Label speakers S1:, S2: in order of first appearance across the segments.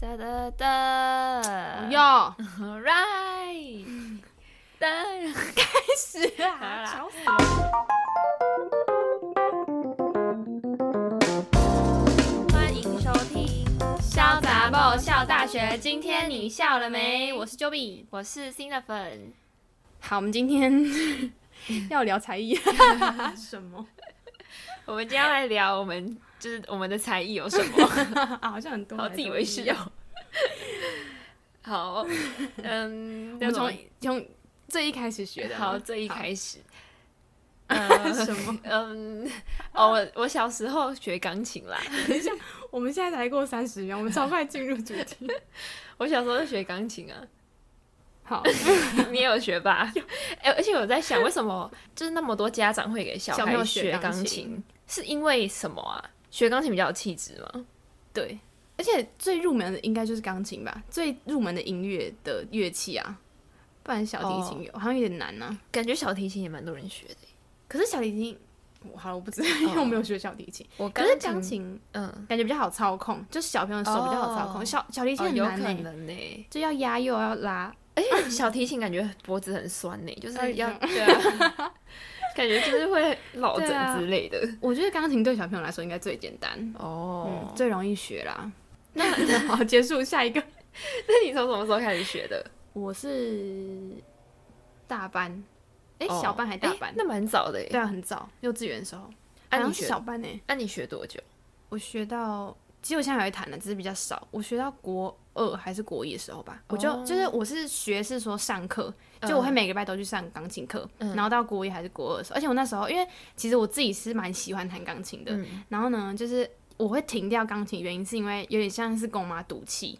S1: 哒哒哒，
S2: 不 要，
S1: ，right，哒，
S2: 是
S1: 好啦
S2: 吵啊死了。
S1: 欢迎收听《潇洒爆笑大学》，今天你笑了没？我
S2: 我
S1: 是
S2: 是 Joey。
S1: 我是新的粉，
S2: 好，我们今天 要聊才艺， 什么？
S1: 我们今天要来聊我们就是我们的才艺有什 么，
S2: 啊，好像很多，
S1: 好自以为是哦。好，嗯，
S2: 我们
S1: 那
S2: 从
S1: 种
S2: 从最一开始学的。
S1: 好最一
S2: 始
S1: 开 始，呃
S2: 什么？
S1: 嗯，哦，我我小时候学钢琴啦，
S2: 我们现在才过三十秒，我们超快进入主题。
S1: 我小时候就学钢琴啊，
S2: 好，
S1: 你也有学 吧？哎、而且我在想，为什么就是那么多家长会给小
S2: 小
S1: 孩
S2: 朋友
S1: 学
S2: 学
S1: 钢
S2: 钢
S1: 琴？
S2: 琴
S1: 是因为什么啊？学钢琴比较有气质吗？
S2: 对，而且最入门的应该就是钢琴吧，最入门的音乐的乐器啊，不然小提琴有、
S1: 哦
S2: 好像有点难呢、啊。
S1: 感觉小提琴也蛮多人学的。
S2: 可是小提琴，我好了，我不
S1: 哦
S2: 知道，因为我没有学小提琴。
S1: 我
S2: 可是钢，琴
S1: 嗯，
S2: 感觉比较好操控，就是小朋友的手比较好操控，
S1: 哦
S2: 小小提琴
S1: 哦
S2: 很
S1: 有可
S2: 难呢、欸
S1: 能呢、
S2: 就要压又要拉，
S1: 而且小提琴感觉脖子很酸呢、就是
S2: 哎
S1: 要
S2: 嗯
S1: 对啊， 感觉就是会落
S2: 对
S1: 枕
S2: 啊
S1: 之类的。
S2: 我觉得钢琴对小朋友来说应该最简单，
S1: 哦
S2: 嗯，，最容易学 啦。那好，结束下一个。
S1: 那你从什么时候开始学的？
S2: 我是大班，哎、
S1: 哦
S2: 小班还大班？
S1: 哎那蛮早的、
S2: 对
S1: 欸。
S2: 啊，很早，幼稚园的时候，
S1: 那、
S2: 好
S1: 你
S2: 像是
S1: 学，啊
S2: 小班哎、
S1: 那、你学多久？
S2: 我学到，其实我现在还会弹的，只是比较少。我学到国二还是国一的时候吧，我就、
S1: 哦
S2: 就是我是学是说上课，就我会每个礼拜都去上钢琴课，然后到国一还是国二的时候，而且我那时候因为其实我自己是蛮喜欢弹钢琴的，
S1: 嗯
S2: 然后呢，就是我会停掉钢琴，原因是因为有点像是跟我妈赌气。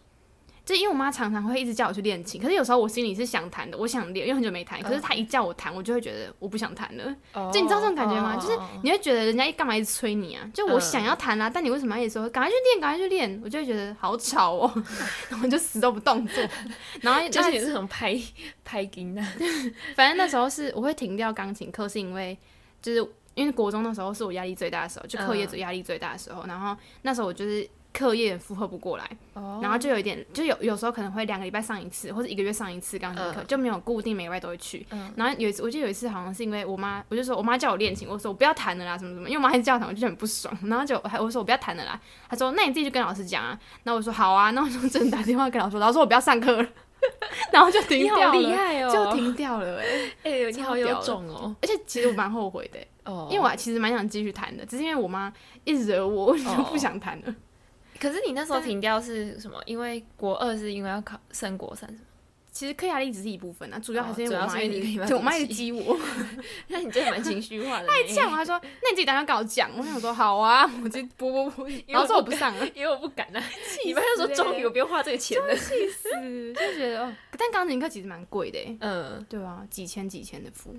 S2: 就因为我妈常常会一直叫我去练琴，可是有时候我心里是想弹的，我想练，因为很久没弹。可是她一叫我弹，我就会觉得我不想弹了。
S1: 嗯哦
S2: 就你知道这种感觉吗？
S1: 哦嗯
S2: 就是你会觉得人家干嘛一直催你啊？就我想要弹啦、但你为什么要一直说赶快去练，赶快去练？我就会觉得好吵哦、 然后我就死都不动作。然后
S1: 就是
S2: 那
S1: 你这种拍拍筋啊，
S2: 反正那时候是我会停掉钢琴课，是因为就是因为国中那时候是我压力最大的时候，就课业
S1: 嗯
S2: 最压力最大的时候。然后那时候我就是课业也负荷不过来，
S1: 哦
S2: 然后就有一点，就有有时候可能会两个礼拜上一次，或者一个月上一次钢琴课，就没有固定每个礼拜都会去。
S1: 嗯
S2: 然后有一次，我记得有一次好像是因为我妈，我就说我妈叫我练琴，我说我不要弹了啦，什么什么，因为我妈一直叫我弹，我就很不爽。然后就我还我说我不要弹了啦，她说那你自己去跟老师讲啊。然后我说好啊，那我就真的打电话跟老师说，老师我不要上课了， 然后就停
S1: 你
S2: 掉
S1: 好
S2: 了，
S1: 厉害哦，
S2: 就停掉了哎、
S1: 哎、你好有种哦，
S2: 而且其实我蛮后悔的欸、
S1: 哦，
S2: 因为我其实蛮想继续弹的，只是因为我妈一直惹我，我就不想弹了。
S1: 可是你那时候停掉是什么？因为国二是因为要考升国三什么？
S2: 其实课压力只是一部分啊，主要还是因为
S1: 哦
S2: 我
S1: 主要
S2: 妈
S1: 是因为
S2: 一
S1: 你
S2: 直，
S1: 妈
S2: 对我妈一
S1: 生
S2: 直激我，
S1: 那你真的蛮情绪 化的，太
S2: 呛我，她说：“那你自己打算跟我讲。”我想说：“好啊，我就不不不。”然后 说我不上了，
S1: 因为我不敢啊。 你
S2: 气
S1: 妈就说
S2: 死
S1: 终
S2: 欸
S1: 于我不用花这个钱了，
S2: 气死，就觉得哦，但钢琴课其实蛮贵的欸，
S1: 嗯，
S2: 对啊，几千几千的付，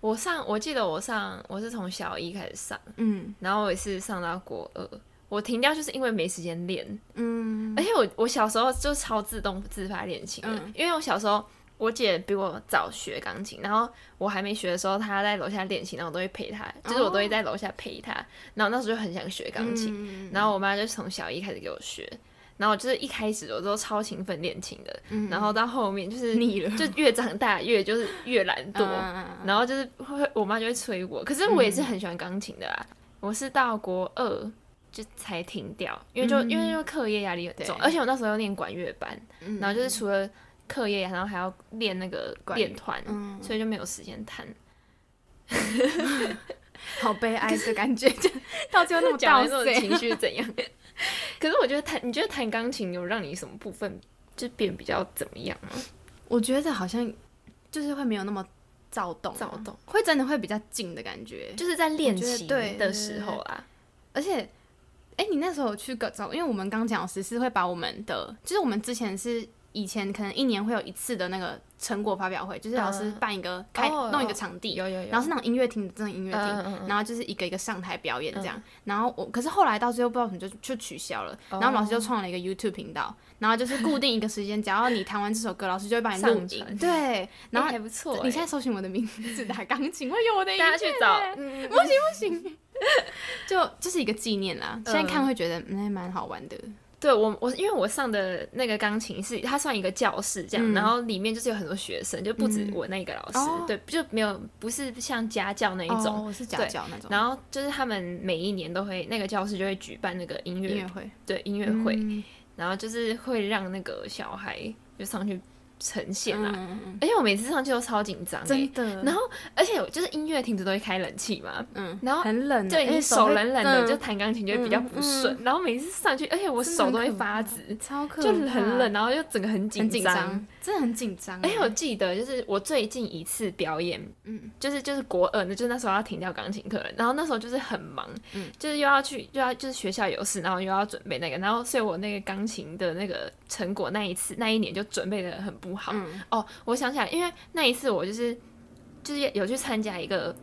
S1: 我上我记得我上我是从小一开始上，
S2: 嗯
S1: 然后我也是上到国二。我停掉就是因为没时间练，
S2: 嗯
S1: 而且我我小时候就超自动自发练琴的，
S2: 嗯
S1: 因为我小时候我姐比我早学钢琴，然后我还没学的时候，她在楼下练琴，然后我都会陪她，就是我都
S2: 哦
S1: 会在楼下陪她，然后那时候就很想学钢琴，
S2: 琴
S1: 然后我妈就从小一开始给我学，然后就是一开始我都超勤奋练琴的，
S2: 嗯
S1: 然后到后面就是
S2: 腻了
S1: 就越长大越就是越懒惰，
S2: 嗯
S1: 然后就是会我妈就会催我，可是我也是很喜欢钢琴的啦，我是到国二就才停掉，因为就、因为因为课业压力很重，
S2: 嗯对
S1: 而且我那时候又念管乐班，
S2: 嗯
S1: 然后就是除了课业，然后还要练那个
S2: 管乐
S1: 练团，
S2: 嗯
S1: 所以就没有时间弹。
S2: 好悲哀的感觉，就 到最后那么
S1: 讲
S2: 到
S1: 完这种
S2: 碎
S1: 情 绪是怎样？可是我觉得弹，你觉得弹钢琴有让你什么部分就变比较怎么样吗？
S2: 我觉得好像就是会没有那么躁动啊、
S1: 躁动
S2: 会真的会比较静的感觉。
S1: 就是在练习
S2: 我觉得对
S1: 的时候啦。
S2: 而且，哎、你那时候有去个找，因为我们钢琴老师是会把我们的，就是我们之前是以前可能一年会有一次的那个成果发表会，就是老师
S1: 嗯
S2: 办一个开、
S1: 哦
S2: 弄一个场地，
S1: 有有有，
S2: 然后是那种呃音乐厅，真的音乐厅，
S1: 嗯嗯嗯
S2: 然后就是一个一个上台表演这样。然后我可是后来到最后不知道怎么就就取消了，
S1: 哦
S2: 然后老师就创了一个 YouTube 频道，然后就是固定一个时间，只要你弹完这首歌，老师就会帮你录
S1: 上
S2: 影。
S1: 传
S2: 对，然后
S1: 哎还不错欸。
S2: 你现在搜寻我的名字打钢琴，会有我的影
S1: 大家
S2: 片
S1: 去找，
S2: 欸
S1: 嗯， 嗯
S2: 就这是一个纪念啦。现在看会觉得嗯，还蛮好玩的。
S1: 对我我因为我上的那个钢琴是它算一个教室这样，
S2: 嗯
S1: 然后里面就是有很多学生，就不止
S2: 嗯
S1: 我那个老师，
S2: 哦
S1: 对，就没有不是像家教那一种。
S2: 哦、是家
S1: 对
S2: 教那种，
S1: 然后就是他们每一年都会那个教室就会举办那个音乐
S2: 音乐会，
S1: 对音乐会，
S2: 嗯
S1: 然后就是会让那个小孩就上去呈现啦。
S2: 嗯嗯
S1: 而且我每次上去都超紧张、
S2: 嗯
S1: 欸
S2: 真，的，
S1: 然后而且我就是音乐厅不是都会开冷气嘛，
S2: 嗯，
S1: 然后
S2: 很冷啊，
S1: 就
S2: 因为
S1: 你手
S2: 会
S1: 冷冷的，
S2: 嗯
S1: 就弹钢琴就会比较不顺。然后每次上去，而且我
S2: 真的
S1: 手
S2: 很
S1: 都会
S2: 可
S1: 发
S2: 怕
S1: 直，
S2: 超可
S1: 就
S2: 怕
S1: 很冷，，然后就整个很
S2: 很
S1: 紧
S2: 紧
S1: 张。
S2: 张，真的很紧张欸。
S1: 而且我记得，就是我最近一次表演，
S2: 嗯，
S1: 就是就是国二，那就是那时候要停掉钢琴课了，然后那时候就是很忙，
S2: 嗯
S1: 就是又要去又要就是学校有事，然后又要准备那个，然后所以我那个钢琴的那个成果那一次那一年就准备的很不好。
S2: 嗯
S1: 哦，我想起来，因为那一次我就是就是有去参加一个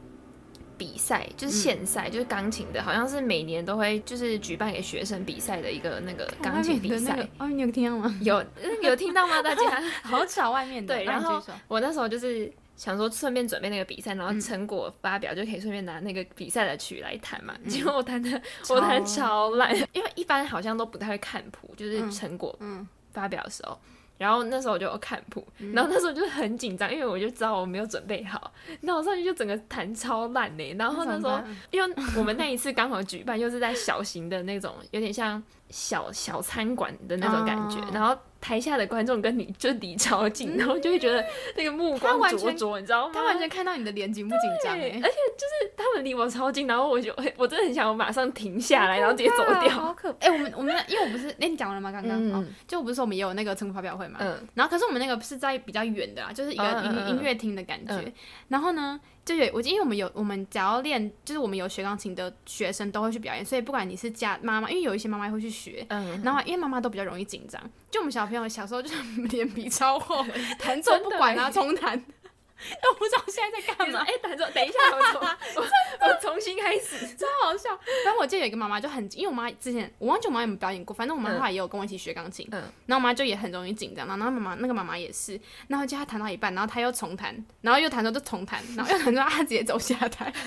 S1: 比赛，就是
S2: 嗯
S1: 县赛，就是钢琴的，好像是每年都会就是举办给学生比赛的一个那个钢琴比赛。
S2: 外面的那个哦，你有听 到吗？
S1: 有嗯有听到吗？大家？
S2: 好吵，外面的。
S1: 对
S2: 那
S1: 然
S2: 你
S1: 后
S2: 继续说
S1: 我那时候就是想说顺便准备那个比赛，
S2: 嗯
S1: 然后成果发表就可以顺便拿那个比赛的曲来弹
S2: 嗯
S1: 嘛。结果我弹的我弹得超烂，因为一般好像都不太会看谱，就是
S2: 嗯
S1: 成果
S2: 嗯，
S1: 发表的时候。然后那时候我就有看谱，然后那时候就很紧张，因为我就知道我没有准备好，然后我上去就整个弹超烂呢、欸然后那
S2: 怎
S1: 时
S2: 么
S1: 候，
S2: 办
S1: 因为我们那一次刚好举办，又是在小型的那种，有点像小小餐馆的那种感觉，
S2: 哦
S1: 然后台下的观众跟你就离超近，然后就会觉得那个目光
S2: 他完
S1: 灼
S2: 全
S1: 灼，你知道吗？
S2: 他完全看到你的脸紧不紧张
S1: 对哎
S2: 欸？
S1: 而且就是他们离我超近，然后我就我真的很想我马上停下来，然后直接走
S2: 哇
S1: 掉。
S2: 好可哎！我们我们那因为我不是哎，你讲完了吗？刚刚
S1: 嗯
S2: 哦，就不是说我们也有那个成果发表会嘛？
S1: 嗯，
S2: 然后可是我们那个是在比较远的啦，就是一个
S1: 嗯嗯嗯
S2: 音
S1: 嗯
S2: 音乐厅的感觉
S1: 嗯。
S2: 然后呢，就有我因为我们有我们只要练，就是我们有学钢琴的学生都会去表演，所以不管你是家妈妈，因为有一些妈妈会去学。
S1: 嗯，
S2: 然后，因为妈妈都比较容易紧张，就我们小朋友小时候就是 脸皮超厚，弹奏
S1: 真的
S2: 不管啊，重弹， 都不知道现在在干
S1: 你说
S2: 嘛，
S1: 哎，等说等一下，我重我我重新开始。
S2: 超好笑。 然后我记得有一个妈妈就很，因为我妈之前我忘记我妈有没有表演过，反正我妈
S1: 嗯
S2: 后来也有跟我一起学钢琴，
S1: 嗯
S2: 然后我妈就也很容易紧张，然后然后妈妈那个妈妈也是，然后就她弹到一半，然后她又重弹，然后又弹到就重弹，然后又弹到她直接走下台。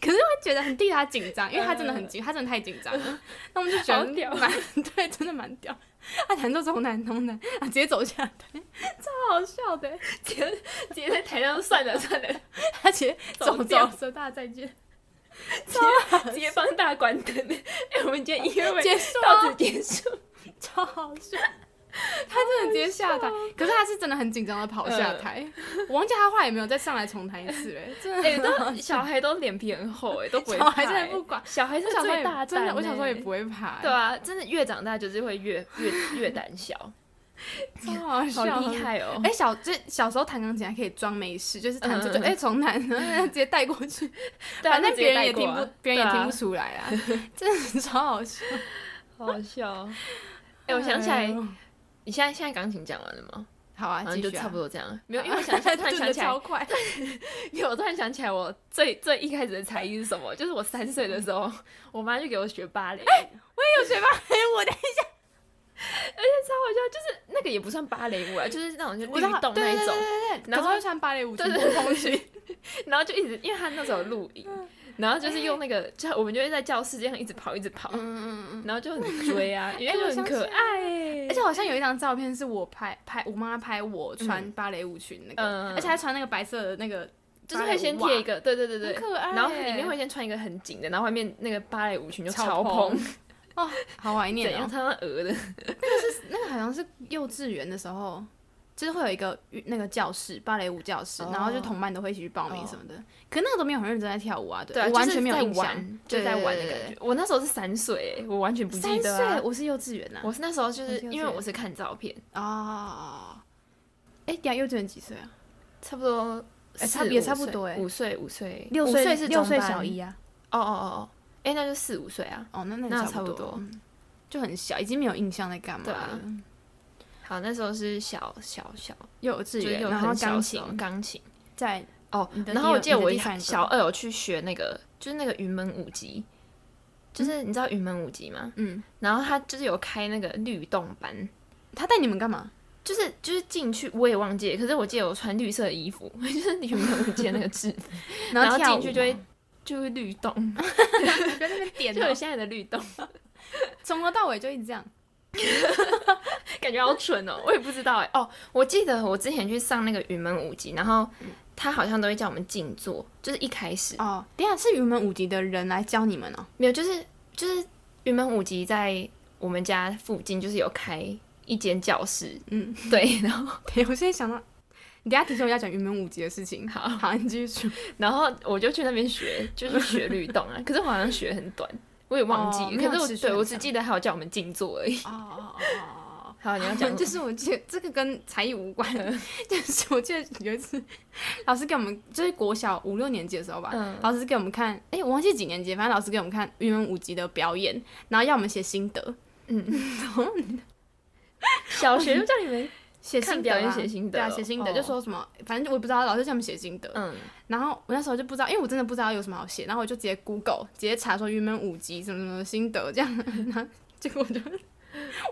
S2: 可是会觉得很替她紧张，因为她真的很紧，她真的太紧张了。那我们就觉得
S1: 嗯好屌
S2: 蛮 对，真的蛮屌。她弹奏重弹重弹，啊，直接走下台，超好笑的。
S1: 直接直接在台上算了算了，
S2: 她直接走
S1: 走
S2: 走
S1: 掉
S2: 走，大家再见，
S1: 直 接帮大家关灯。 哎，我们今天音乐会
S2: 结束啊
S1: 到此结束。
S2: 超好笑。他真的直接下台，可是他是真的很紧张的跑下台。我忘记他后来有没有再上来重弹一次哎、真的
S1: 哎，都小孩都脸皮很厚哎，都不会
S2: 小孩
S1: 怕
S2: 真的
S1: 哎
S2: 不管。
S1: 小孩是
S2: 我小时候
S1: 最
S2: 也
S1: 大
S2: 真的，
S1: 胆
S2: 我小时候也
S1: 欸
S2: 不会爬、
S1: 对啊，真的越长大就是会越越越胆小，
S2: 超 好
S1: 好
S2: 笑，
S1: 厉。害哦！
S2: 哎、小这小时候弹钢琴还可以装没事，就是弹出就
S1: 嗯嗯嗯
S2: 哎、重弹，然后直接带过去，
S1: 对啊
S2: 反正
S1: 那直接
S2: 别人
S1: 带
S2: 也
S1: 过
S2: 听
S1: 啊
S2: 不，别人也
S1: 对
S2: 听
S1: 啊
S2: 不出来啊，真的超好笑。
S1: 好 好笑 哦。哎，我想起来
S2: 哎，呦
S1: 你现在现在钢琴讲完了吗？
S2: 好啊，
S1: 好像
S2: 继续
S1: 就
S2: 啊
S1: 差不多这样。没有，因为我 想起来，突然
S2: 真
S1: 想
S2: 的
S1: 起来
S2: 超，快，
S1: 因为我突然想起来，我最最一开始的才艺是什么？就是我三岁的时候， 我妈就给我学芭蕾，嗯哎，
S2: 我有学吧？哎，我的
S1: 超好笑，就是那个也不算芭蕾舞啊，就是那种就
S2: 我
S1: 律
S2: 知道
S1: 动
S2: 对
S1: 那
S2: 对
S1: 一种，
S2: 对对对，
S1: 然
S2: 然
S1: 后
S2: 后穿芭蕾舞裙
S1: 对对嗯
S2: 蓬蓬裙，
S1: 然后就一直，因为她那时候有录影，然后就是用那个，就我们就会在教室这样一直跑，一直跑，
S2: 嗯嗯嗯。
S1: 然后就很追啊，因为
S2: 哎我
S1: 就很
S2: 想
S1: 可
S2: 起来
S1: 爱欸，
S2: 而且好像有一张照片是我拍拍我妈拍我穿芭蕾舞裙那
S1: 嗯
S2: 个，而且还穿那个白色的那个，
S1: 就是会先贴一个，对对对对，
S2: 很可爱耶，
S1: 然后里面会先穿一个很紧的，然后外面那个芭蕾舞裙就
S2: 超
S1: 欸超
S2: 蓬
S1: 蓬，
S2: 哦，好怀
S1: 怎
S2: 念
S1: 样
S2: 哦。
S1: 穿到鹅的，
S2: 那个好像是幼稚园的时候，就是会有一个那个教室芭蕾舞教室，
S1: 哦
S2: 然后就同伴都会一起去报名什么的。可那个都没有很认真在跳舞啊，对
S1: 对啊，
S2: 我
S1: 就是
S2: 完全没有
S1: 在
S2: 印象
S1: 玩，就在玩的。
S2: 对对
S1: 感
S2: 对
S1: 觉。我那时候是三岁欸，我完全不
S2: 对
S1: 记
S2: 三
S1: 得
S2: 岁，
S1: 啊。
S2: 我是幼稚园呐
S1: 我是那时候就是
S2: 我是幼稚园
S1: 因为我是看照片，
S2: 啊。哎，等一下幼稚园几岁啊？
S1: 差不多
S2: 哎
S1: 四
S2: 差也
S1: 五
S2: 差不
S1: 岁
S2: 多欸
S1: 五岁五岁
S2: 六
S1: 五
S2: 岁
S1: 是
S2: 六岁
S1: 中班
S2: 小一啊。
S1: 哦哦哦哦，哎那就四五岁啊。
S2: 哦，那那
S1: 那
S2: 也差
S1: 差不
S2: 多
S1: 多，
S2: 嗯就很小，已经没有印象在干嘛
S1: 对啊
S2: 了。
S1: 好，那时候是小小小，
S2: 幼
S1: 就
S2: 稚
S1: 是
S2: 园，
S1: 有
S2: 然后
S1: 很小
S2: 钢
S1: 的时
S2: 琴
S1: 候钢琴
S2: 在
S1: 哦
S2: 你的。
S1: 然
S2: 第
S1: 后我
S2: 二
S1: 记得
S2: 你的
S1: 我
S2: 第三个
S1: 小二有去学那个，就是那个云门舞集，就是你知道云门舞集吗？
S2: 嗯，
S1: 然后他就是有开那个律动班，
S2: 他带你们干嘛？
S1: 就是就是进去我也忘记了，可是我记得我穿绿色的衣服， 就是你有没有记得那个字？然后
S2: 跳
S1: 进
S2: 舞
S1: 去就会
S2: 吗
S1: 就会律动，
S2: 不要在那边点
S1: 就有
S2: 哦，
S1: 现在的律动，
S2: 从头到尾就一直这样。
S1: 感觉好蠢哦，我也不知道哎。哦，我记得我之前去上那个云门舞集，然后他好像都会叫我们静坐，就是一开始
S2: 哦，等一下是云门舞集的人来教你们哦。
S1: 没有，就是就是云门舞集在我们家附近就是有开一间教室，
S2: 嗯，
S1: 对，然后
S2: 对，我现在想到，你等一下提醒我要讲云门舞集的事情。
S1: 好
S2: 好，你继续说。
S1: 然后我就去那边 学，就是学律动啊，可是我好像学很短，我也忘记，
S2: 哦没有
S1: 可是
S2: 持续
S1: 我
S2: 很
S1: 对
S2: 长
S1: 我只记得还有叫我们静坐而已。
S2: 哦哦哦哦
S1: 好， 你要
S2: 哦，
S1: 讲
S2: 就是是我记得这个跟才艺无关， 就是我记得有一次老师给我们，就是国小五六年级的时候吧，
S1: 嗯
S2: 老师给我们看，哎、我忘记几年级，反正老师给我们看云门舞集的表演，然后要我们写心得，
S1: 嗯 小学就叫你们
S2: 写心
S1: 看
S2: 得
S1: 表演
S2: 啊，
S1: 写心
S2: 对啊，
S1: 得哦
S2: 写心得、
S1: 哦
S2: 就说什么，反正我也不知道，老师叫我们写心得，
S1: 嗯
S2: 然后我那时候就不知道，因为我真的不知道有什么好写，然后我就直接 Google 直接查说云门舞集什么什么心得这样， 然后结果我就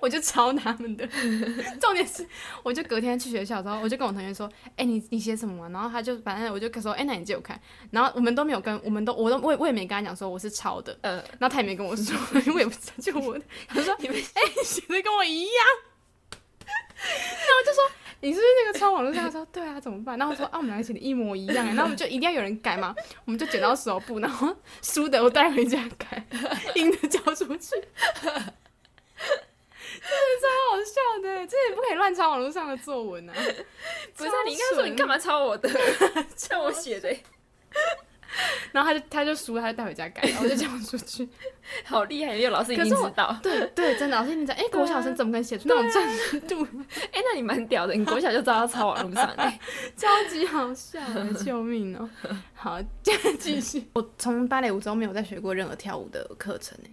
S2: 我就抄他们的。 重点是，我就隔天去学校的时候，我就跟我同学说：“哎、你你写什么、啊？”然后他就反正我就说：“哎、那你借我看。”然后我们都没有跟，我们都我都我也我也没跟他讲说我是抄的，
S1: 呃，
S2: 然后他也没跟我说， 我也不知道就我的。他说：“你们哎、你写的跟我一样。” 然后我就说：“你是不是那个抄网络上？”他说：“ 对啊，怎么办？”然后我说：“啊，我们俩写的一模一样。”欸然后我们就一定要有人改嘛，我们就剪刀石头布，然后输的我带回家改，赢的交出去。 真的超好笑的，欸这也不可以乱抄网络上的作文啊！
S1: 不是啊，你应该说你干
S2: 嘛？
S1: 嘛抄我 的，叫我写的，
S2: 然后他就他就输，他就带回家改，然后我就交出去。
S1: 好厉害，因为老师一
S2: 可
S1: 定
S2: 是我
S1: 知道。
S2: 对对，真的，老师你讲，哎、国小生怎么可能写出那种正度？
S1: 哎、那你蛮屌的，你国小就知道要抄网络上、欸。
S2: 超级好笑 的，救命哦！好， 继续。我从芭蕾舞之后没有再学过任何跳舞的课程诶，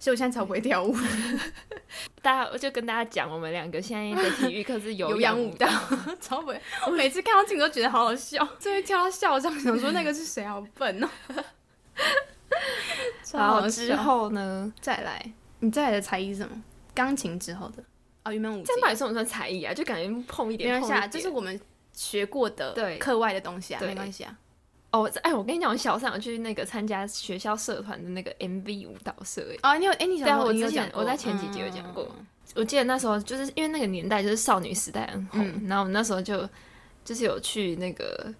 S2: 所以我现在超不会跳舞，
S1: 大家我就跟大家讲，我们两个现在的体育课是有
S2: 氧
S1: 氧
S2: 舞
S1: 舞
S2: 蹈
S1: 蹈，
S2: 超不会。我每次看到镜子都觉得好好 笑，就会跳到笑上，想说那个是谁，好笨哦。 超
S1: 然后
S2: 好
S1: 之
S2: 笑。
S1: 后呢？
S2: 再来，你再来的才艺是什么？钢琴之后的哦，云门舞集
S1: 这样到底算不算才艺啊？就感觉碰一
S2: 没
S1: 点，碰
S2: 关系
S1: 一
S2: 啊，
S1: 点。
S2: 这是我们学过的
S1: 对
S2: 课外的东西啊，
S1: 对
S2: 没关系啊。
S1: 哦，我哎，我跟你讲，我小三有去那个参加学校社团的那个 MV 舞蹈社，哎，
S2: 哦，你有哎，你小
S1: 对啊
S2: 时候
S1: 我
S2: 你有
S1: 之前
S2: 讲过，
S1: 我在前几集有讲过
S2: 嗯嗯嗯嗯
S1: 我记得那时候就是因为那个年代就是少女时代很红，
S2: 嗯
S1: 然后我们那时候就就是有去那个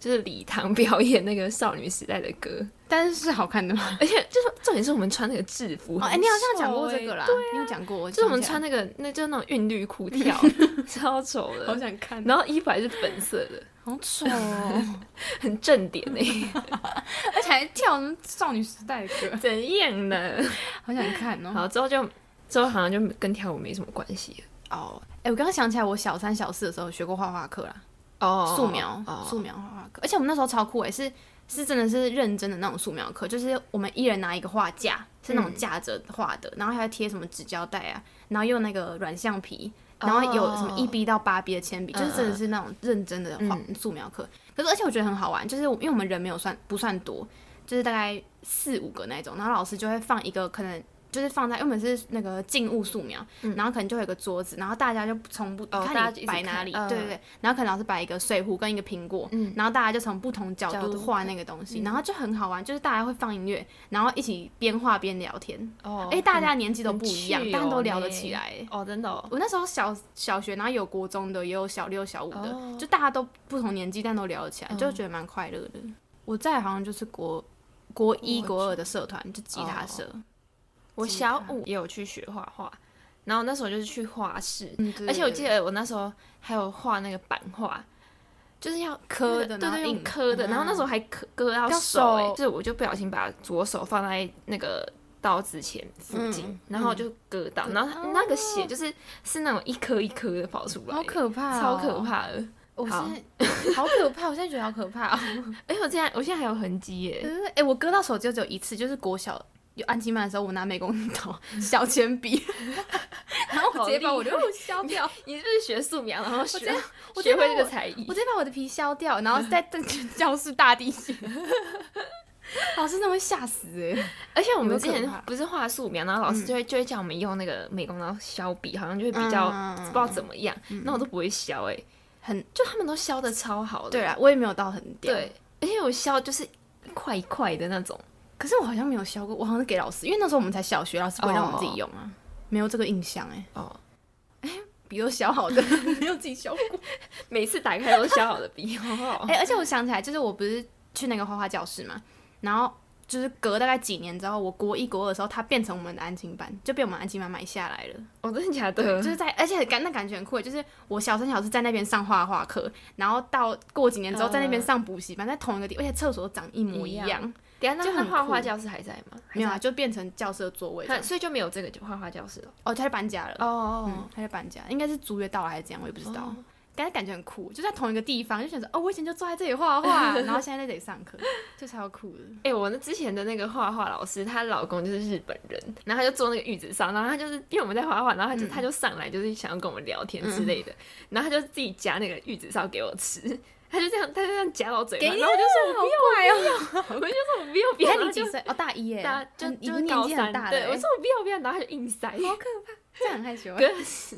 S1: 就是礼堂表演那个少女时代的歌，
S2: 但是是好看的吗？
S1: 而且就是重点是我们穿那个制服，
S2: 哦，哎、
S1: 很
S2: 你好像讲
S1: 丑
S2: 过这
S1: 欸
S2: 个啦，
S1: 对
S2: 你有讲过，啊我
S1: 就是我们
S2: 想
S1: 穿
S2: 起
S1: 那个，那就是那种韵律 裤跳，超丑
S2: 来好
S1: 的。
S2: 想看，
S1: 然后衣服还是粉色的，
S2: 好丑 哦，
S1: 很正点呢、
S2: 而且还跳什么少女时代的歌，
S1: 怎样呢？
S2: 好想看
S1: 然
S2: 哦。
S1: 后之后就之后好像就跟跳舞没什么关系
S2: 哦，哎、我刚刚想起来，我小三小四的时候学过画画课啦，
S1: 哦
S2: 素描，素
S1: 哦，
S2: 描画画课，而且我们那时候超酷哎、是是真的是认真的那种素描课，就是我们一人拿一个画架，是那种
S1: 嗯
S2: 架着画的，然后还要贴什么纸胶带啊，然后用那个软橡皮。然后有
S1: 哦
S2: 什么一 B 到八 B 的铅笔，
S1: 嗯
S2: 就是真的是那种认真的画素描课。可是而且我觉得很好玩，就是我因为我们人没有算不算多，就是大概四五个那种，然后老师就会放一个可能。就是放在，因为我们是那个静物素描，然后可能就有一个桌子，然后大家就从不、
S1: 嗯哦大家
S2: 看
S1: 就
S2: 你
S1: 一直
S2: 摆
S1: 看
S2: 哪里，
S1: 嗯
S2: 对对对，然后可能老师摆一个水壶跟一个苹
S1: 哦
S2: 果，然后大家就从不同角
S1: 角度
S2: 度
S1: 嗯
S2: 画那个东西，然后就很好玩，就是大家会放音乐，然后一起边画边聊天，
S1: 哦，
S2: 哎、大家年纪都
S1: 很
S2: 不一样，
S1: 趣
S2: 但都
S1: 哦
S2: 聊得
S1: 呢
S2: 起来、哎
S1: 哦，真的哦，
S2: 我那时候小小学，然后有国中的，也有小六、小五的，
S1: 哦
S2: 就大家都不同年纪，但都聊得起来，就觉得蛮快乐的。我在好像就是国国一、国二的社团，就吉他社，
S1: 我
S2: 吉
S1: 小
S2: 他
S1: 五也有去学画画，然后那时候就是去画室，
S2: 嗯，对
S1: 而且我
S2: 对
S1: 记得我那时候还有画那个版画，就是要
S2: 刻的
S1: 对
S2: 然后
S1: 对，
S2: 印
S1: 用刻的，
S2: 嗯
S1: 然后那时候还刻割到
S2: 到
S1: 手、欸，
S2: 手
S1: 就是我就不小心把左手放在那个刀子前附近，
S2: 嗯
S1: 然后就割到，
S2: 嗯
S1: 然后那个血就是是那种一颗一颗的跑出来，
S2: 好可怕、哦
S1: 超可！怕的。
S2: 我
S1: 好
S2: 现在好可怕，我现在觉得好可 怕、哦。
S1: 哎、我现在我现在还有痕迹耶、
S2: 嗯，哎、我割到手就只有一次，就是国小有安亲班的时候，我拿美工 刀、小铅 笔，然后我直接把我的
S1: 好
S2: 肉削掉，
S1: 你是不是学素描，然后学
S2: 真的我
S1: 学
S2: 真的
S1: 会这个
S2: 我
S1: 才艺
S2: 我？直接把我的皮削掉，然后在教室大地血。 老师那会吓死哎、
S1: 而且我
S2: 有
S1: 们
S2: 可
S1: 之前
S2: 怕
S1: 不是画素描，然后老师就会、就会叫我们用那个美工刀削笔，好像就会比较、
S2: 嗯嗯嗯嗯
S1: 不知道怎么样，那我都不会削哎、
S2: 很
S1: 就他们都削的超好的，
S2: 啊对啊，我也没有到很屌，
S1: 对，而且我削就是一块一块的那种，
S2: 可是我好像没有削过，我好像是给老师，因为那时候我们才小学，老师不会让我们自己用啊没有这个印象哎、
S1: 哦，
S2: 笔都削好 的，没有自己削过。
S1: 每次打开都削好的 笔，哦好好
S2: 哎、而且我想起来，就是我不是去那个画画教室嘛，然后就是隔大概几年之后，我国一国二的时候，它变成我们的安静班，就被我们安静班买下来了。
S1: 哦，真的假的
S2: 就？是在，而且感那感觉很酷耶，欸就是我小三小四在那边上画画课，然后到过几年之后在那边
S1: 嗯
S2: 上补习班，在同一个地，而且厕所长一模一
S1: 一
S2: 样，
S1: 样等一下
S2: 就
S1: 那那
S2: 很
S1: 画画
S2: 酷
S1: 教室还在吗？还
S2: 没有
S1: 在
S2: 啊，就变成教室的座位这
S1: 那
S2: 样。
S1: 所以就没有这个就画画教室了。
S2: 哦，他就搬家了，
S1: 哦哦
S2: 嗯，他就搬家，应该是租约到了还是怎样，我也不知道。
S1: 哦
S2: 感觉感觉很酷，就在同一个地方，就想着哦，我以前就坐在这里画画，然后现在在这里上课，就超酷的。
S1: 哎、我那之前的那个画画老师，她老公就是日本人，然后他就坐那个椅子上，然后他就是因为我们在画画，然后他
S2: 嗯
S1: 就、他就上来就是想要跟我们聊天之类的，然后他就自己夹那个玉子烧给我吃，他就这样他就这样夹到嘴
S2: 给
S1: 巴，
S2: 你
S1: 然后我就说
S2: 好怪哦！
S1: 我就说我不要不
S2: 你
S1: 要，
S2: 看
S1: 然后
S2: 你
S1: 就
S2: 几岁？哦，大一耶，
S1: 大就就
S2: 很你
S1: 是
S2: 年
S1: 高
S2: 纪很
S1: 三
S2: 大了耶，
S1: 对，我说我不要不要，然后他就硬塞，
S2: 好可怕，这样很害羞耶，
S1: 可是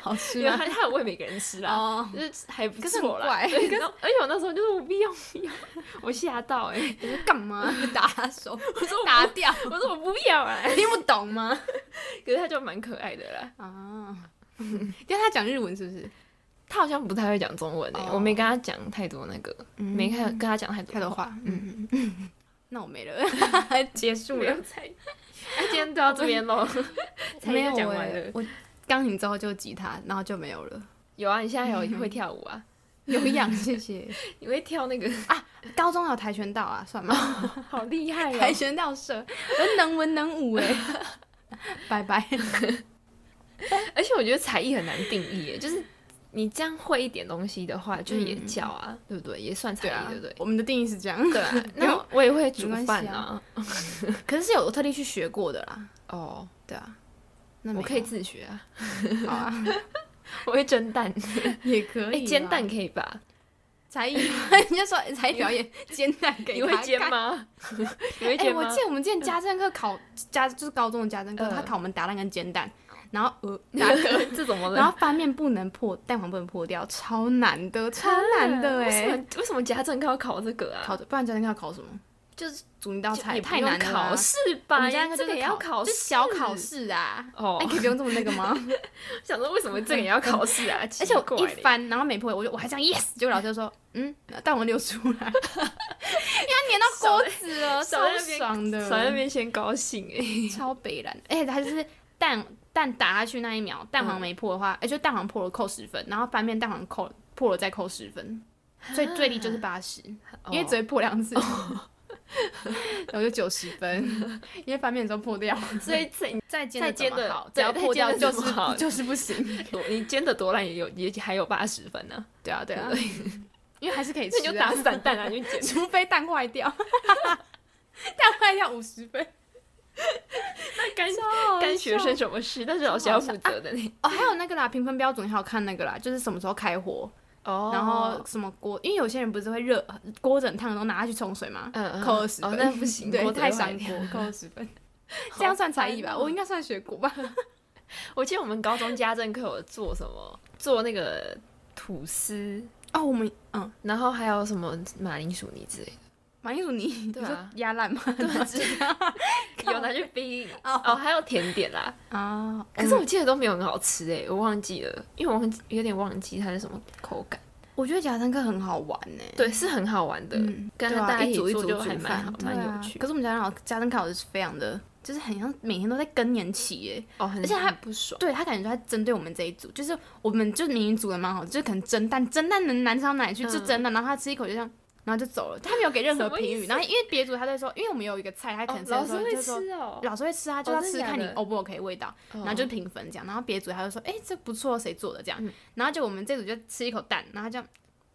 S2: 好吃
S1: 因为
S2: 吗
S1: 他？啊他有喂每个人吃啦。
S2: 哦，
S1: 就是还不
S2: 可是很
S1: 错啦，
S2: 怪
S1: 对然后而且我那时候就是我不要不要，我吓到哎、
S2: 你说干嘛？打他手，
S1: 我说我
S2: 打
S1: 不
S2: 掉，
S1: 我说我不要啊，
S2: 听不懂吗？
S1: 可是他就蛮可爱的啦。
S2: 啊，因为他讲日文是不是？
S1: 他好像不太会讲中文诶、欸
S2: 哦
S1: 我没跟他讲太多那个，没看跟他讲太 多
S2: 太多
S1: 话。
S2: 话，嗯， 那我没了，结束
S1: 不要
S2: 了。
S1: 猜，那今天就到这边喽， 才
S2: 没有
S1: 就讲完
S2: 欸
S1: 了。
S2: 我钢琴之后就吉他，然后就没有了。
S1: 有啊，你现在还有会跳舞啊？
S2: 有氧，谢谢。
S1: 你会跳那个，
S2: 高中有跆拳道啊，算吗？
S1: 好厉 害
S2: 跆
S1: 哦！
S2: 拳道社，我能文能武哎。 拜拜。
S1: 而且我觉得才艺很难定义诶、就是你这样会一点东西的话，就是也
S2: 嗯
S1: 叫啊，对不对？也算才艺，对啊 不对？
S2: 啊我们的定义是这样。
S1: 对啊，那我我也会煮饭
S2: 没关系
S1: 啊。
S2: 可是是有特地去学过的啦。
S1: 哦，
S2: 对啊，那没
S1: 我
S2: 有
S1: 可以自学啊，
S2: 好啊，
S1: 我会蒸蛋，
S2: 也可
S1: 哎，
S2: 以。
S1: 煎蛋可以吧？
S2: 才 艺，人家说才艺表 演煎蛋给
S1: 你会
S2: 他
S1: 煎
S2: 看？
S1: 吗？ 你会
S2: 哎、
S1: 煎
S2: 我
S1: 吗？
S2: 记得我们之前家政课考家就是高中的家政课，
S1: 嗯
S2: 他考我们打蛋跟煎蛋，然后呃 打嗝，
S1: 这怎么了
S2: 然？后翻面不能破，蛋黄不能破掉，超难的，超难的
S1: 啊
S2: 哎、
S1: 为什么为什么家政课要考这个啊？
S2: 考的，不然家政课要考什么？
S1: 就是
S2: 煮一道菜
S1: 也
S2: 太难了啊、
S1: 考试
S2: 我
S1: 吧？
S2: 们家政课
S1: 这
S2: 就
S1: 个
S2: 是
S1: 也要
S2: 考，
S1: 考
S2: 就
S1: 试，
S2: 小考试啊。
S1: 哦
S2: 哎、。可以不用这么那个 吗？
S1: 想说为什么这个也要考试啊？
S2: 嗯而且
S1: 奇
S2: 我
S1: 怪
S2: 一
S1: 嘞
S2: 翻，然后没破，我就我还这样 yes，结果老师就说，嗯，蛋黄流出来，因为它粘到锅子了，
S1: 手
S2: 超
S1: 在那边
S2: 爽的，
S1: 少在那边先高兴哎，
S2: 超北蓝，而且它就是蛋蛋打下去那一秒，蛋黄没破的话，哎、就蛋黄破了扣十分，然后翻面蛋黄扣破了再扣十分，所以最低就是八十、 因
S1: 哦
S2: 为只会破两次， 然后就九十分，因为翻面的时候破掉，
S1: 哦所以 这
S2: 再煎
S1: 再
S2: 的
S1: 煎
S2: 怎么
S1: 的
S2: 好，只
S1: 对
S2: 要
S1: 再
S2: 破
S1: 煎
S2: 掉
S1: 的
S2: 就
S1: 怎么
S2: 是
S1: 好
S2: 就是不行，
S1: 你你煎的多烂也有也还有八十分呢，
S2: 对啊对啊，因为还是可以吃、
S1: 那你
S2: 啊，
S1: 就打散蛋啊，你就 煎。
S2: 除非蛋坏 掉，蛋坏掉五十分，
S1: 干
S2: 超好
S1: 干学
S2: 笑
S1: 生什么事？但是老师要负责的 呢。
S2: 哦，还有那个啦，评分标准还有看那个啦，就是什么时候开火，
S1: 哦
S2: 然后什么锅，因为有些人不是会热锅整烫，然后拿下去冲水嘛，
S1: 嗯嗯
S2: 扣二十
S1: 哦
S2: 分，
S1: 那不行
S2: 对，
S1: 锅子会
S2: 太伤
S1: 坏掉
S2: 锅，扣二十 分，这样算才艺吧？
S1: 烦哦
S2: 我应该算学过吧？
S1: 我记得我们高中家政课有做什么？做那个吐司，
S2: 哦，我们嗯，
S1: 然后还有什么马铃薯泥之类的。
S2: 马铃薯泥，
S1: 对啊
S2: 你说压烂吗？
S1: 对，知
S2: 啊
S1: 道有拿去冰
S2: 哦
S1: 哦，还有甜点啦。
S2: 啊，
S1: 可是我记得都没有很好吃哎、我忘记了，因为我忘记有点忘记它是什么口感。
S2: 我觉得夹生课很好玩呢。
S1: 对，是很好玩的，
S2: 嗯，
S1: 跟
S2: 对啊
S1: 大家
S2: 一
S1: 一起
S2: 组一
S1: 做
S2: 组
S1: 就
S2: 煮
S1: 还蛮
S2: 饭
S1: 好，
S2: 对
S1: 蛮
S2: 啊
S1: 有趣
S2: 可
S1: 的。
S2: 是我们家长老家政课老师是非常的，就是很像每天都在更年期耶。
S1: 哦，很
S2: 而且它
S1: 很不爽。
S2: 对他感觉他针对我们这一组，就是我们就明明煮的蛮好，就是可能蒸蛋，蒸蛋能难吃到哪里去？就
S1: 嗯
S2: 蒸蛋，然后他吃一口就这样，然后就走了，他没有给任何
S1: 什么意
S2: 评语。然后因为别组他在说，因为我们有一个菜，他可
S1: 哦
S2: 能吃
S1: 老
S2: 的
S1: 师
S2: 时候就
S1: 会
S2: 说。
S1: 吃哦，
S2: 老师会吃啊，就要
S1: 真
S2: 吃
S1: 的假
S2: 看你
S1: 的
S2: O 不 OK 味道，
S1: 然
S2: 然后就评分这样。然后别组他就说，哎、这不错，谁做的这样？
S1: 嗯
S2: 然后就我们这组就吃一口蛋，然后这样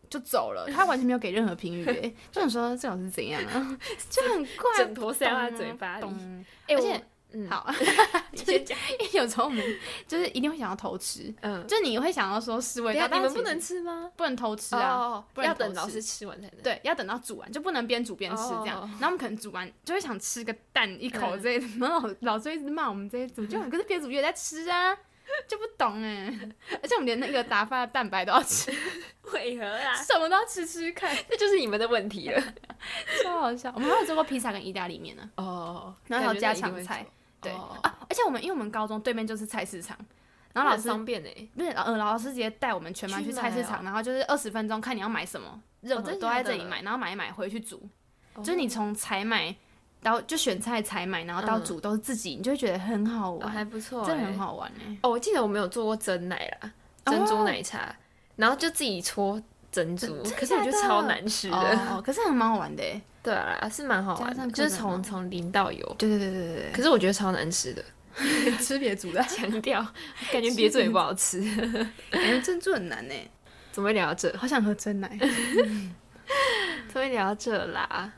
S2: 就走了，他完全没有给任何评语、哎就想说这老师怎样啊， 就很怪，
S1: 枕头塞到他
S2: 懂
S1: 嘴巴里。
S2: 懂
S1: 哎
S2: 而
S1: 我
S2: 且
S1: 嗯，
S2: 好，
S1: 你先讲。
S2: 因为有时候我们就是一定会想要偷吃，
S1: 嗯，
S2: 就你会想要说试味
S1: 等一
S2: 道
S1: 下，
S2: 但
S1: 你
S2: 是
S1: 们不
S2: 其实
S1: 能吃吗？
S2: 不能偷吃啊。
S1: 哦，
S2: 不能
S1: 要
S2: 偷
S1: 等老
S2: 吃
S1: 师吃完才能。
S2: 对，要等到煮完，就不能边煮边吃这样。
S1: 哦
S2: 然后我们可能煮完就会想吃个蛋一口
S1: 嗯
S2: 之类的，然后老老师一直骂我们这一组，就可是边煮边在吃啊， 就不懂哎、而且我们连那个打发的蛋白都要吃，
S1: 为何啊？
S2: 什么都要吃吃看。
S1: 那就是你们的问题了。
S2: 超好笑。我们还有做过披萨跟意大利面呢、
S1: 哦，
S2: 然后还有
S1: 感
S2: 家
S1: 觉这一定
S2: 常
S1: 会
S2: 菜
S1: 做，
S2: 对、
S1: 哦
S2: 啊，而且我们因为我们高中对面就是菜市场，然
S1: 那
S2: 后老
S1: 很
S2: 师
S1: 方便哎，
S2: 不是呃老师直接带我们全班
S1: 去
S2: 去哦菜市
S1: 买
S2: 场，
S1: 哦
S2: 然后就是二十分钟看你要买什么，任何
S1: 真的
S2: 都
S1: 假
S2: 在这里
S1: 的
S2: 买，然后买一买回去煮，
S1: 哦
S2: 就是你从采买到就选菜采买，然后到
S1: 嗯
S2: 煮都是自己，你就会觉得很好
S1: 我
S2: 玩，
S1: 还不错，
S2: 真的很。好玩哎、
S1: 哦，我记得我们有做过真奶啦，
S2: 哦
S1: 珍珠奶茶，然后就自己搓珍珠，可是我觉得
S2: 假的
S1: 超难吃的。
S2: 哦，可是很蛮好玩的哎。
S1: 对啊，是蛮好玩
S2: 加
S1: 的
S2: 上，
S1: 就是
S2: 各种
S1: 从从零到有。
S2: 哦对对对 对
S1: 可是我觉得超难吃 的，
S2: 对，吃别煮的，
S1: 强调，感觉别的也不好吃。
S2: 感觉珍珠很难 哎，
S1: 怎么会聊到这？
S2: 好想喝 真奶。
S1: 怎么会聊到这啦？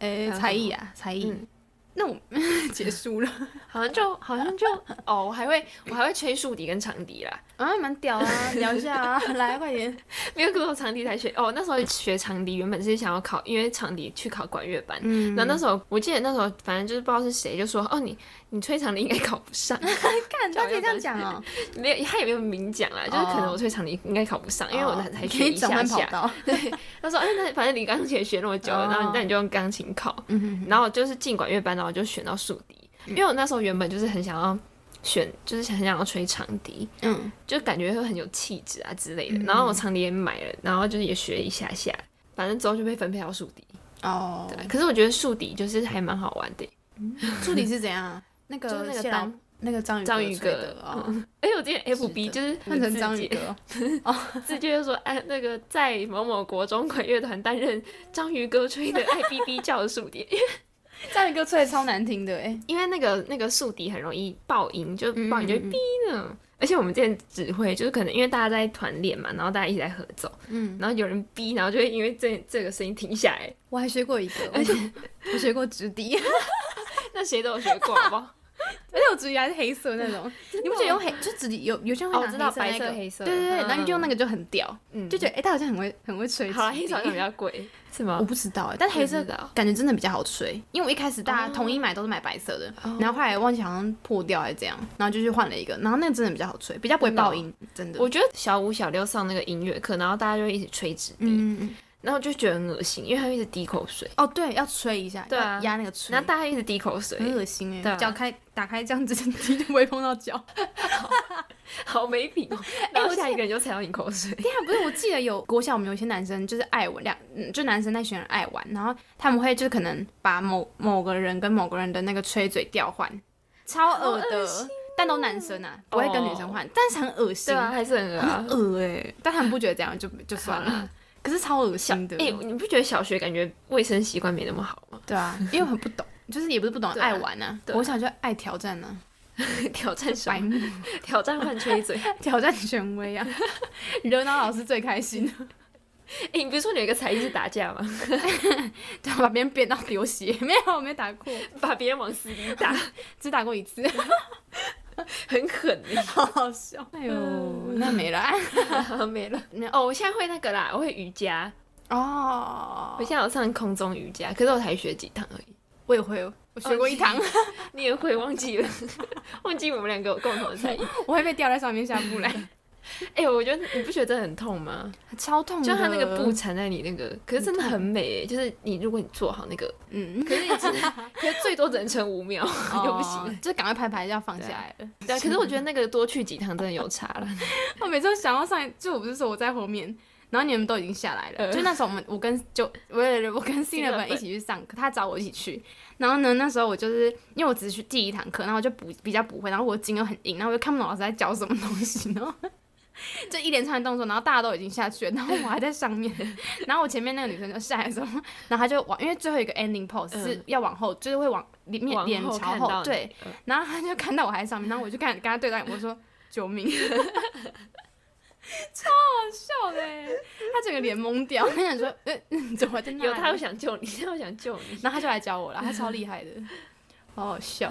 S2: 哎，
S1: 还有
S2: 才艺啊，才艺
S1: 嗯。
S2: 那我 结束了
S1: 好像就好像就哦，我还会我还会吹竖笛跟长笛啦，
S2: 啊，蛮屌啊，聊一下啊， 来快点。
S1: 没有跟我长笛才学哦。那时候学长笛原本是想要考，因为长笛去考管乐班，
S2: 嗯，
S1: 然后那时候我记得那时候反正就是不知道是谁就说哦你你吹长笛应该考不 上，
S2: 看他可以这样讲哦，
S1: 没有他也没有明讲啦，就是可能我吹长笛应该考不 上，因为我那才
S2: 哦可
S1: 学
S2: 以
S1: 一
S2: 转
S1: 下
S2: 换跑
S1: 下。
S2: 道。
S1: 他说哎那反正你钢琴也学那么久了，
S2: 哦
S1: 然后那你就用钢琴考，
S2: 嗯
S1: 然后就是进管乐班，然后就选到竖笛，因为我那时候原本就是很想要选，就是很想要吹长笛，
S2: 嗯，
S1: 就感觉会很有气质啊之类的。
S2: 嗯
S1: 然后我长笛也买了，然后就是也学一下下，反正之后就被分配到竖笛。
S2: 哦
S1: 嗯对，，可是我觉得竖笛就是还蛮好玩的。
S2: 助理是怎样啊？那
S1: 就
S2: 个
S1: 是那个
S2: 谢兰
S1: 当
S2: 那个章鱼
S1: 章鱼
S2: 吹
S1: 哥
S2: 的哦，
S1: 哎，我之前 FB
S2: 是的
S1: 就是
S2: 换成章鱼
S1: 字
S2: 哥，哦
S1: 节字节就说，哎，那个在某某国中管乐团担任章鱼哥吹的爱哔哔叫的竖笛，
S2: 章鱼哥吹的超难听的哎，
S1: 因为那个那个竖笛很容易爆音，就爆音就会
S2: 嗯嗯嗯
S1: 哔那种。而且我们之前指挥就是可能因为大家在团练嘛，然后大家一起在合奏，
S2: 嗯，
S1: 然后有人逼，然后就会因为这这个声音停下来。
S2: 我还学过一 个，而且我学过直笛，
S1: 那谁都有学过，好不 好？
S2: 而且我直笛还是黑色那种，你不觉得用黑就直笛有有些人
S1: 哦我
S2: 会拿
S1: 知道
S2: 色那
S1: 白色
S2: 个
S1: 黑色
S2: 对对对，
S1: 嗯
S2: 然后你就用那个就很屌，
S1: 嗯
S2: 就觉得哎他好像很会很会吹直笛，
S1: 好了，黑色好像比较贵， 是吗
S2: 我？不知道哎，但黑
S1: 我
S2: 色
S1: 不知道
S2: 感觉真的比较好吹，因为我一开始大家
S1: 哦
S2: 统一买都是买白色的
S1: 哦，
S2: 然后后来忘记好像破掉还是怎样，然后就去换了一个，然后那个真的比较好吹，比较不会
S1: 真的哦
S2: 爆音，真的。
S1: 我觉得小五、小六上那个音乐课，然后大家就会一起吹纸笛，
S2: 嗯嗯嗯
S1: 然后就觉得很恶心，因为他们一直滴口水，
S2: 哦，对，要吹一下，
S1: 对啊
S2: 要压那个吹，
S1: 然后大家一直滴口水，
S2: 很恶心
S1: 对
S2: 哎，
S1: 啊
S2: 脚开打开这样子， 你就不会碰到脚。
S1: 好没品 哦。然后下一个人就踩到你口水，
S2: 对啊，不是，我记得有国小，我们有一些男生就是爱玩，两嗯就男生那群人爱玩，然后他们会就是可能把某某个人跟某个人的那个吹嘴调换，超恶的，但都男生啊，不会跟女生换，但是很恶 心，
S1: 哦对啊，还是很恶啊
S2: 很。恶哎、但他们不觉得这样就就算了，可是超恶心的，
S1: 哎、你不觉得小学感觉卫生习惯没那么好 吗？
S2: 对啊，因为我很不懂，就是也不是不懂
S1: 对啊
S2: 爱玩啊，
S1: 对啊啊
S2: 我想就爱挑战呢、
S1: 挑战什
S2: 白
S1: 么？
S2: 目。
S1: 挑战换吹 嘴。哎、
S2: 挑战权威啊，惹恼老师最开心，
S1: 你不是说你有一个才艺是打架吗？
S2: 对，啊把别人扁到流血，没有，我没打过，
S1: 把别人往死里打，
S2: 只打过一次，
S1: 很狠欸。
S2: 好好笑。哎呦，那没了啊
S1: 没了。哦，我现在会那个啦，我会瑜伽，
S2: 哦
S1: 我，现在有上空中瑜伽，可是我才学几堂而已。
S2: 我也会，我学过一堂，
S1: 你也会忘记了， 忘记我们两个有共同的才艺。
S2: 我会被吊在上面下不来，
S1: 哎、我觉得你不觉得真的很痛吗？
S2: 超痛的。
S1: 就它那个布，缠在你那个，可是真的很美、欸，就是你如果你做好那个，
S2: 嗯，
S1: 可是你只能可是最多只能撑五秒， 又不行。
S2: 哦，就赶快拍拍，就要放下来了。
S1: 对啊，可是我觉得那个多去几堂真的有差 了。
S2: 我每次都想要上来，就我不是说我在后面，然后你们都已经下来了。
S1: 呃
S2: 就那时候我们，我跟就我我跟新日本一起去上课，他找我一起去。然后呢，那时候我就是因为我只是去第一堂课，然后我就不比较不会，然后我筋又很硬，然后我就看不懂老师在教什么东西，然后就一连串的动作，然后大家都已经下去了，然后我还在上 面，然后我前面那个女生就下来之后，然后她就往，因为最后一个 ending pose
S1: 嗯
S2: 是要往后，就是会往里面
S1: 往
S2: 脸
S1: 后
S2: 朝
S1: 看
S2: 后，
S1: 到
S2: 对，
S1: 你，呃
S2: 然后他就看到我还在上面，然后我就看跟他对到眼，我说救 命，超好笑的欸，他整个脸懵掉，他想说，呃，嗯怎么在那？
S1: 有他又，想救你，他又想救你。
S2: 然后他就来教我了，他超厉害的，好好笑。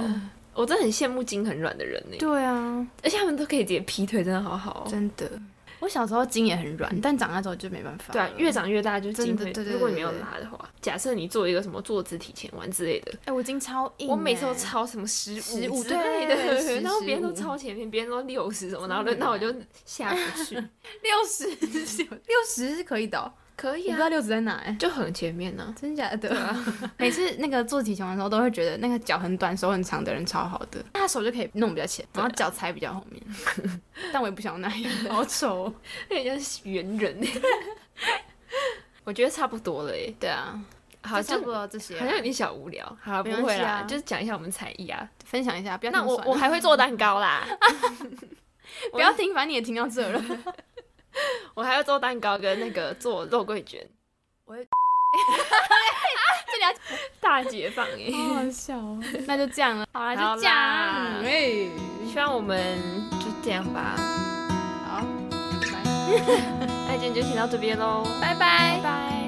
S1: 我真的很羡慕筋很软的人呢、
S2: 嗯对啊，
S1: 而且他们都可以直接劈腿，真的好好、哦。
S2: 真的，我小时候筋也很软，但长大之后就没办法
S1: 对
S2: 了。
S1: 啊，越长越大就
S2: 真
S1: 筋
S2: 的
S1: 会
S2: 对对
S1: 如果你没
S2: 对
S1: 有
S2: 对
S1: 拉的话，假设你做一个什么坐姿体前弯之类的，
S2: 哎，我筋超硬欸，
S1: 我每次都超什么十
S2: 15
S1: 五之
S2: 对
S1: 类的，
S2: 10
S1: 然后别人都
S2: 15
S1: 超前面，别人都六十什么，然后
S2: 真 的
S1: 那我就下不去。
S2: 六十，六十是可以的哦，
S1: 可以
S2: 我不知
S1: 啊，
S2: 道六指在哪哎、
S1: 就很前面 呢、
S2: 真假的？啊 每次那个做体球的时候，都会觉得那个脚很短、手很长的人超好的，他手就可以弄比较前，然后脚踩比较后 面。但我也不想那样， 好丑、哦。
S1: 那人家是猿人。 我觉得差不多了耶，
S2: 对啊，
S1: 好
S2: 就差
S1: 像
S2: 不多这些啊
S1: 好像有点小无聊。好啊，不
S2: 没关系啊
S1: 会啦，就是讲一下我们才艺啊。
S2: 分享一下，不要
S1: 那
S2: 听
S1: 我
S2: 算了
S1: 我还会做蛋糕啦，
S2: 不要听，反正你也听到这了。
S1: 我还会做蛋糕跟那个做肉桂卷，
S2: 这里要
S1: 大解放欸耶！
S2: 好好笑哦。 那就这样了，好啦，
S1: 好啦
S2: 就这样。哎，
S1: 希望我们就这样吧。
S2: 好，拜。
S1: 那今天就先到这边喽，
S2: 拜拜
S1: 拜。